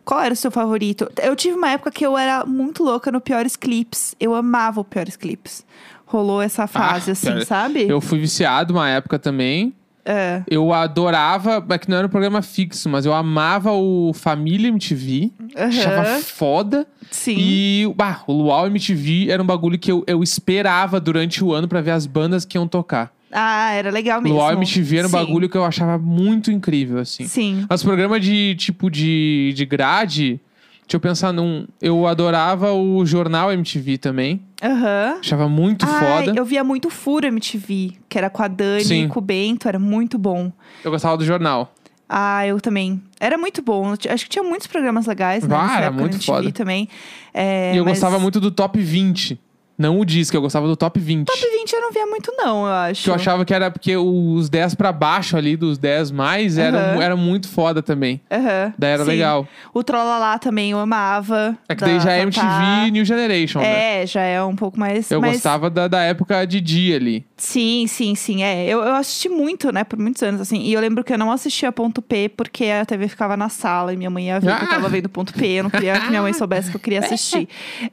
A: Qual era o seu favorito? Eu tive uma época que eu era muito louca no Piores Clips. Eu amava o Piores Clips. Rolou essa fase, assim,
B: cara,
A: sabe?
B: Ah, Eu fui viciado uma época também.
A: É.
B: Eu adorava, mas que não era um programa fixo, mas eu amava o Família MTV. Achava
A: Aham.
B: foda.
A: Sim.
B: E bah, o Luau MTV era um bagulho que eu, eu esperava durante o ano pra ver as bandas que iam tocar.
A: Ah, era legal mesmo.
B: Luau MTV era um
A: Sim.
B: bagulho que eu achava muito incrível, assim.
A: Sim.
B: Mas programa de tipo de, de grade, deixa eu pensar num. Eu adorava o jornal MTV também.
A: Aham.
B: Achava muito
A: Ai,
B: foda. Eu...
A: eu via muito Furo MTV, que era com a Dani
B: Sim.
A: e com o Bento, era muito bom.
B: gostava do jornal.
A: Ah, eu também. Era muito bom. Acho que tinha muitos programas legais, né?
B: Ah,
A: nessa
B: era
A: época
B: muito
A: na MTV
B: foda.
A: também. É,
B: e eu
A: mas
B: gostava muito do top 20. Não o disco, eu gostava do top 20.
A: Top 20 eu não via muito, não, eu acho.
B: Que eu achava que era porque os 10 pra baixo ali, dos 10 mais, era,
A: Aham.
B: era muito foda também.
A: Aham,
B: Daí era
A: sim.
B: legal.
A: O Trolla lá também eu amava.
B: É que
A: da
B: daí já é
A: Tatá.
B: MTV New Generation, né?
A: É, já é um pouco mais.
B: Eu
A: mais-
B: gostava da, da época de dia ali.
A: Sim, sim, sim. É, eu, eu assisti muito, né, por muitos anos, assim. E eu lembro que eu não assistia Ponto P porque a TV ficava na sala e minha mãe ia ver que eu
B: Ah!
A: tava vendo Ponto P. Eu não queria que minha mãe soubesse que eu queria assistir.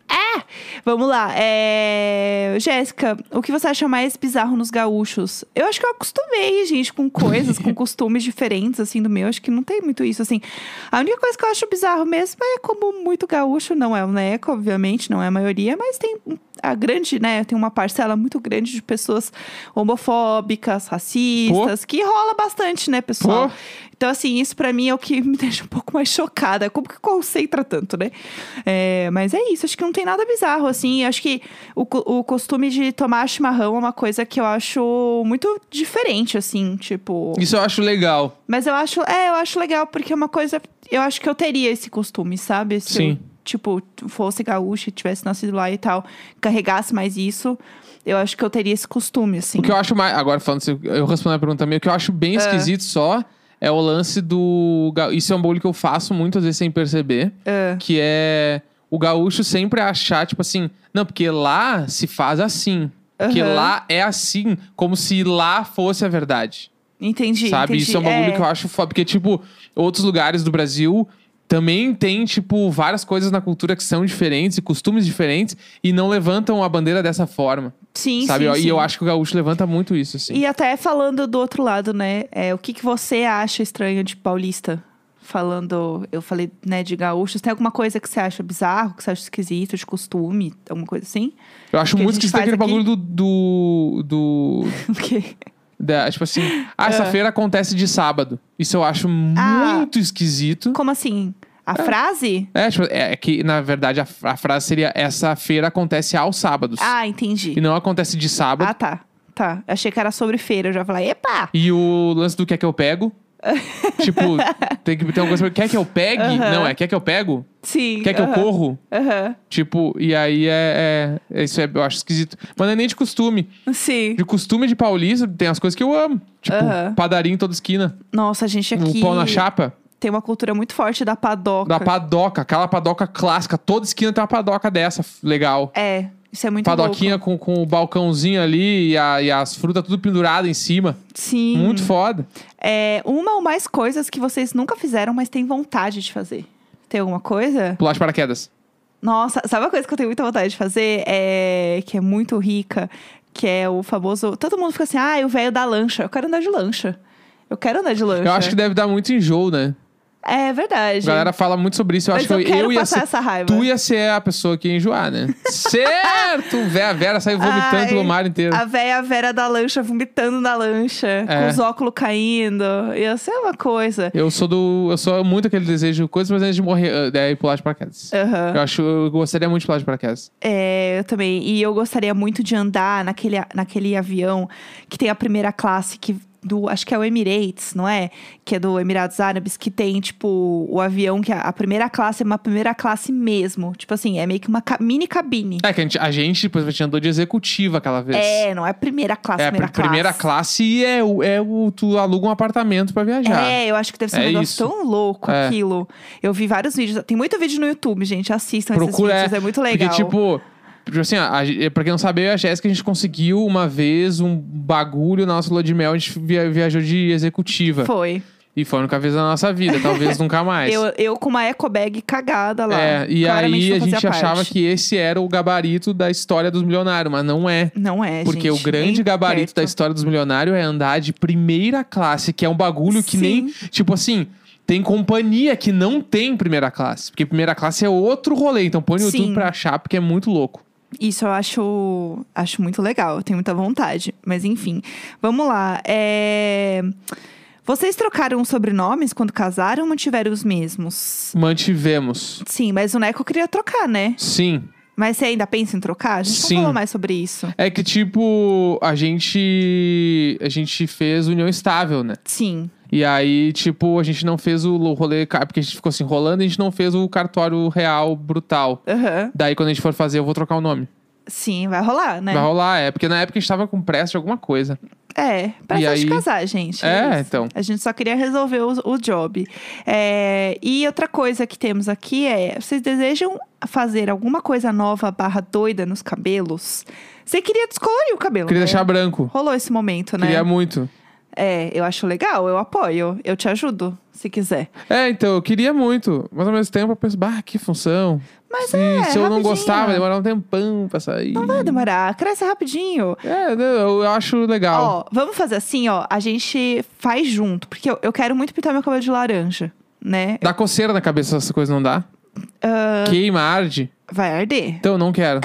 A: É! Vamos lá. É... Jéssica, o que você acha mais bizarro nos gaúchos? Eu acho que eu acostumei, gente, com coisas, com costumes diferentes, assim, do meu. Acho que não tem muito isso, assim. A única coisa que eu acho bizarro mesmo é como muito gaúcho não é o Neco, obviamente, não é a maioria, mas tem um, a grande, né? Tem uma parcela muito grande de pessoas homofóbicas, racistas, que rola bastante, né, pessoal?
B: Pô.
A: Então, assim, isso pra mim é o que me deixa um pouco mais chocada. Como que concentra tanto, né? É, mas é isso, acho que não tem nada bizarro, assim. Acho que o, co- o costume de tomar chimarrão é uma coisa que eu acho muito diferente, assim, tipo.
B: Isso eu acho legal.
A: Mas eu acho, é, eu acho legal, porque é uma coisa. Eu acho que eu teria esse costume, sabe? Se
B: Sim.
A: eu, tipo, fosse gaúcha e tivesse nascido lá e tal, carregasse mais isso, eu acho que eu teria esse costume, assim.
B: O que eu acho mais. Agora, falando, se- eu respondo a pergunta minha, o que eu acho bem esquisito só é o lance do. ga- Isso é um bagulho que eu faço muitas vezes sem perceber. Que é o gaúcho sempre achar, tipo assim, não, porque lá se faz assim. Porque
A: Aham.
B: lá é assim, como se lá fosse a verdade.
A: Entendi.
B: sabe?
A: entendi.
B: Isso é um
A: é.
B: bagulho que eu acho foda. Porque, tipo, outros lugares do Brasil também tem, tipo, várias coisas na cultura que são diferentes e costumes diferentes e não levantam a bandeira dessa forma.
A: É, Sim,
B: sabe?
A: sim,
B: Eu-
A: sim.
B: E eu acho que o gaúcho levanta muito isso, assim.
A: E até falando do outro lado, né? É, o que, que você acha estranho de paulista? Falando, eu falei, né, de gaúchos. Tem alguma coisa que você acha bizarro, que você acha esquisito, de costume, alguma coisa assim?
B: Eu acho
A: que a
B: muito
A: gente
B: que tem
A: faz
B: aquele bagulho do. do, do
A: O quê?
B: da- tipo assim, ah, essa feira acontece de sábado. Isso eu acho
A: Ah.
B: muito esquisito.
A: Como assim? A frase?
B: É, tipo, é que, na verdade, a, fra- a frase seria: essa feira acontece aos sábados.
A: Ah, entendi.
B: E não acontece de sábado.
A: Ah, tá. Tá. Achei que era sobre feira. Eu já falei, epa!
B: E o lance do que é que eu pego? tipo, tem que ter alguma coisa. Quer que eu pegue?
A: Aham.
B: Não, é quer que eu pego?
A: Sim.
B: Quer que eu
A: aham,
B: corro?
A: Aham.
B: Tipo, e aí é, é- é- Isso é, eu acho esquisito. Mas não é nem de costume.
A: Sim.
B: De costume de paulista, tem as coisas que eu amo. Tipo,
A: Aham.
B: padaria em toda esquina.
A: Nossa, a gente
B: Um
A: aqui
B: pão na chapa.
A: tem uma cultura muito forte da padoca.
B: Da padoca, aquela padoca clássica. Toda esquina tem uma padoca dessa. f- Legal.
A: É, isso é muito
B: Padoquinha
A: louco.
B: com, com o balcãozinho ali e, a- e as frutas tudo pendurado em cima.
A: Sim.
B: Muito foda.
A: É, uma ou mais coisas que vocês nunca fizeram, mas têm vontade de fazer. Tem alguma coisa?
B: Pular de paraquedas.
A: Nossa, sabe uma coisa que eu tenho muita vontade de fazer? É... Que é muito rica, que é o famoso... Todo mundo fica assim, ah, é o velho da lancha. Eu quero andar de lancha. Eu quero andar de lancha.
B: Eu acho que deve dar muito enjoo, né?
A: É verdade.
B: A galera fala muito sobre isso. Eu
A: Mas
B: acho
A: eu
B: que eu,
A: quero
B: ia
A: passar
B: ser.
A: essa raiva.
B: Tu ia ser a pessoa que ia enjoar, né? certo! Vé- A Vera saiu vomitando
A: Ai,
B: pelo mar inteiro.
A: A véia Vera da lancha vomitando na lancha,
B: É.
A: com os óculos caindo. Ia ser uma coisa.
B: Eu sou do. Eu sou muito aquele desejo, coisas mas antes de morrer, ah, daí pular de paraquedas.
A: Aham.
B: Eu acho, eu gostaria muito de pular de paraquedas.
A: É, eu também. E eu gostaria muito de andar naquele, naquele avião que tem a primeira classe que. Do, acho que é o Emirates, não é? Que é do Emirados Árabes, que tem, tipo, o avião que a, a primeira classe é uma primeira classe mesmo. Tipo assim, é meio que uma ca- mini cabine.
B: É que a gente, a gente depois a gente andou de executiva aquela vez.
A: É, não é primeira classe,
B: É,
A: primeira
B: pr- primeira classe e é, o- é o. Tu aluga um apartamento pra viajar.
A: É, eu acho que deve ser um
B: É
A: negócio
B: isso.
A: tão louco
B: É.
A: aquilo. Eu vi vários vídeos. Tem muito vídeo no YouTube, gente. Assistam
B: Procura,
A: esses vídeos, é, muito legal.
B: Porque, tipo, tipo assim, a, a- pra quem não sabe, eu e a Jéssica, a gente conseguiu uma vez um bagulho na nossa lua de mel, a gente via- viajou de executiva.
A: Foi.
B: E foi a única vez na nossa vida, talvez nunca mais.
A: Eu, eu com uma eco bag cagada lá.
B: é, e
A: Claramente
B: aí
A: não
B: a
A: fazia
B: gente achava
A: parte.
B: que esse era o gabarito da história dos milionários, mas não é.
A: Não é,
B: Porque
A: gente,
B: o grande
A: nem
B: gabarito da
A: perto.
B: história dos milionários é andar de primeira classe, que é um bagulho que
A: Sim.
B: nem. Tipo assim, tem companhia que não tem primeira classe. Porque primeira classe é outro rolê. Então põe no
A: Sim.
B: YouTube pra achar, porque é muito louco.
A: Isso eu acho, acho muito legal. Eu tenho muita vontade. Mas enfim, vamos lá. É, Vocês trocaram os sobrenomes quando casaram ou mantiveram os mesmos?
B: Mantivemos.
A: Sim, mas o Neco queria trocar, né?
B: Sim.
A: Mas você ainda pensa em trocar? A gente
B: Sim.
A: não falou mais sobre isso.
B: É que, tipo, a gente. A gente fez união estável, né?
A: Sim.
B: E aí, tipo, a gente não fez o rolê. ca- Porque a gente ficou se enrolando e a gente não fez o cartório real brutal.
A: Aham.
B: Daí, quando a gente for fazer, eu vou trocar o nome.
A: Sim, vai rolar, né?
B: Vai rolar, é. Porque na época a gente tava com pressa de alguma coisa.
A: É, pra
B: E
A: só de
B: aí-
A: casar, gente.
B: É,
A: isso.
B: então.
A: A gente só queria resolver o, o job. É, e outra coisa que temos aqui é: vocês desejam fazer alguma coisa nova barra doida nos cabelos? Você queria descolorir o cabelo.
B: Queria
A: né?
B: deixar branco.
A: Rolou esse momento, né?
B: Queria muito.
A: É, eu acho legal, eu apoio. Eu te ajudo, se quiser.
B: É, então, eu queria muito. Mas ao mesmo tempo eu penso, bah, que função.
A: Mas
B: se,
A: é,
B: se eu não
A: rapidinho.
B: gostava, vai demorar um tempão pra sair.
A: Não vai demorar, cresce rapidinho.
B: É, não, eu, eu acho legal.
A: Ó, vamos fazer assim, ó. A gente faz junto, porque eu, eu quero muito pintar meu cabelo de laranja, né?
B: Dá coceira na cabeça essa coisa, não dá?
A: Ah.
B: Queima, arde.
A: Vai arder.
B: Então, não quero.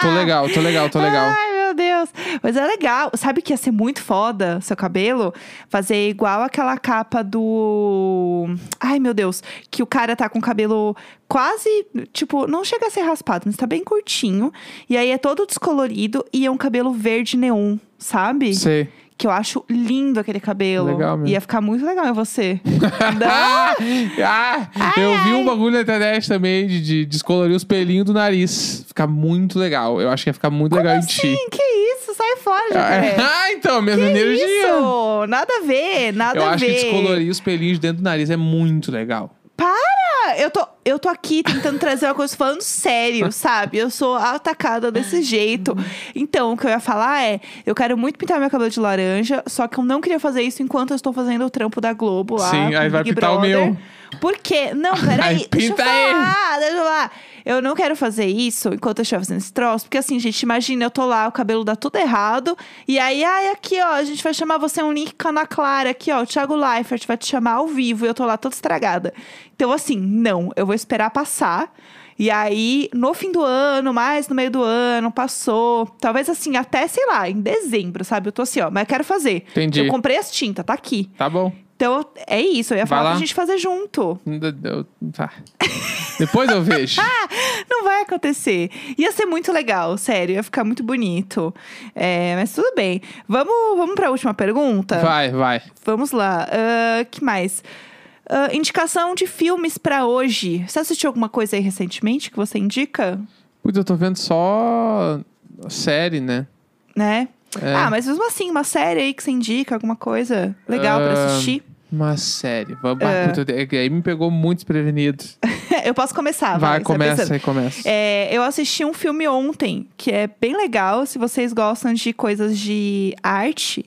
B: tô legal, tô legal, tô legal.
A: Ai, meu Deus. Mas é legal. Sabe que ia ser muito foda seu cabelo? Fazer igual aquela capa do. Ai, meu Deus. Que o cara tá com o cabelo quase. Tipo, não chega a ser raspado, mas tá bem curtinho. E aí é todo descolorido e é um cabelo verde neon, sabe?
B: Sei.
A: Que eu acho lindo aquele cabelo.
B: Legal mesmo.
A: Ia ficar muito legal em você. Não?
B: Ah, ah, eu vi um bagulho na internet também de, de descolorir os pelinhos do nariz. Fica muito legal. Eu acho que ia ficar muito legal em ti.
A: Sim, que isso? Sai fora, jacaré.
B: Ah, então, minhas
A: É. Que
B: maneiras de.
A: isso? Nada a ver, nada
B: Eu
A: a
B: acho
A: ver.
B: que descolorir os pelinhos de dentro do nariz é muito legal.
A: Para! Eu tô, eu tô aqui tentando trazer uma coisa falando sério, sabe? Eu sou atacada desse jeito. Então, o que eu ia falar é: eu quero muito pintar meu cabelo de laranja, só que eu não queria fazer isso enquanto eu estou fazendo o trampo da Globo lá.
B: Sim,
A: com
B: aí vai
A: Big
B: pintar o
A: Brother.
B: meu.
A: Por quê? Não, peraí.
B: Aí
A: deixa eu
B: pinta ele.
A: falar, Ah, deixa eu falar. Eu não quero fazer isso enquanto eu estiver fazendo esse troço, porque assim, gente, imagina, eu tô lá, o cabelo dá tudo errado, e aí, ai, aqui, ó, a gente vai chamar você um link com a Ana Clara aqui, ó, o Thiago Leifert vai te chamar ao vivo, e eu tô lá toda estragada. Então, assim, não, eu vou esperar passar, e aí, no fim do ano, mais no meio do ano, passou, talvez assim, até, sei lá, em dezembro, sabe? Eu tô assim, ó, mas eu quero fazer.
B: Entendi.
A: Eu comprei as tintas, tá aqui.
B: Tá bom.
A: Então, é isso, eu ia
B: Vai
A: falar
B: lá.
A: pra gente fazer junto.
B: Eu- tá. Depois eu vejo.
A: Não vai acontecer. Ia ser muito legal, sério. Ia ficar muito bonito. É, mas tudo bem. Vamos, vamos para a última pergunta?
B: Vai, vai.
A: Vamos lá. Ahn, que mais? Ahn, indicação de filmes para hoje. Você assistiu alguma coisa aí recentemente que você indica?
B: Putz, eu tô vendo só série, né?
A: Né?
B: É.
A: Ah, mas mesmo assim, uma série aí que você indica, alguma coisa legal pra
B: Ahn.
A: assistir.
B: Uma série. Vamos- Ah, puta, eu te- é que aí me pegou muito desprevenido.
A: Eu posso começar, Ah, vai.
B: vai,
A: você
B: começa
A: pensa.
B: aí, começa.
A: É, eu assisti um filme ontem que é bem legal. Se vocês gostam de coisas de arte,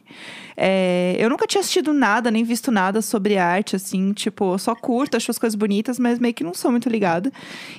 A: É, eu nunca tinha assistido nada, nem visto nada sobre arte, assim, tipo, eu só curto, acho as coisas bonitas, mas meio que não sou muito ligada.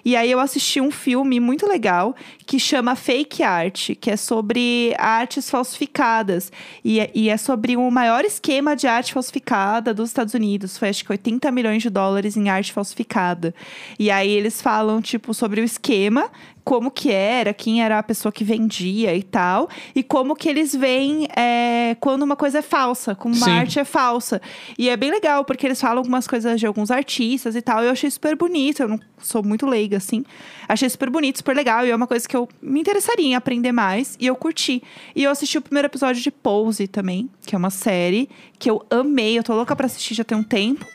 A: E aí eu assisti um filme muito legal que chama Fake Art, que é sobre artes falsificadas. E, é- e é sobre o maior esquema de arte falsificada dos Estados Unidos. Foi acho que 80 milhões de dólares em arte falsificada. E aí eles falam, tipo, sobre o esquema, como que era, quem era a pessoa que vendia e tal, e como que eles veem é, quando uma coisa é falsa, como uma
B: Sim.
A: arte é falsa. E é bem legal, porque eles falam algumas coisas de alguns artistas e tal, e eu achei super bonito, eu não sou muito leiga, assim. Achei super bonito, super legal, e é uma coisa que eu me interessaria em aprender mais, e eu curti. E eu assisti o primeiro episódio de Pose também, que é uma série que eu amei, eu tô louca pra assistir já tem um tempo.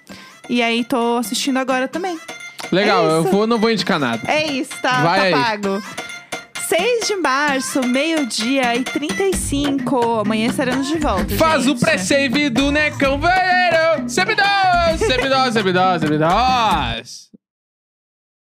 A: E aí, tô assistindo agora também.
B: Legal,
A: é
B: eu
A: isso.
B: vou, não vou indicar nada.
A: É isso, tá,
B: Vai
A: tá
B: aí.
A: pago. 6 de março, meio-dia e 35. Amanhã estaremos de volta.
B: Faz
A: gente.
B: o pré-save do Necão Valeiro! Sempre nós! Sempre nós, sempre nós, sempre nós!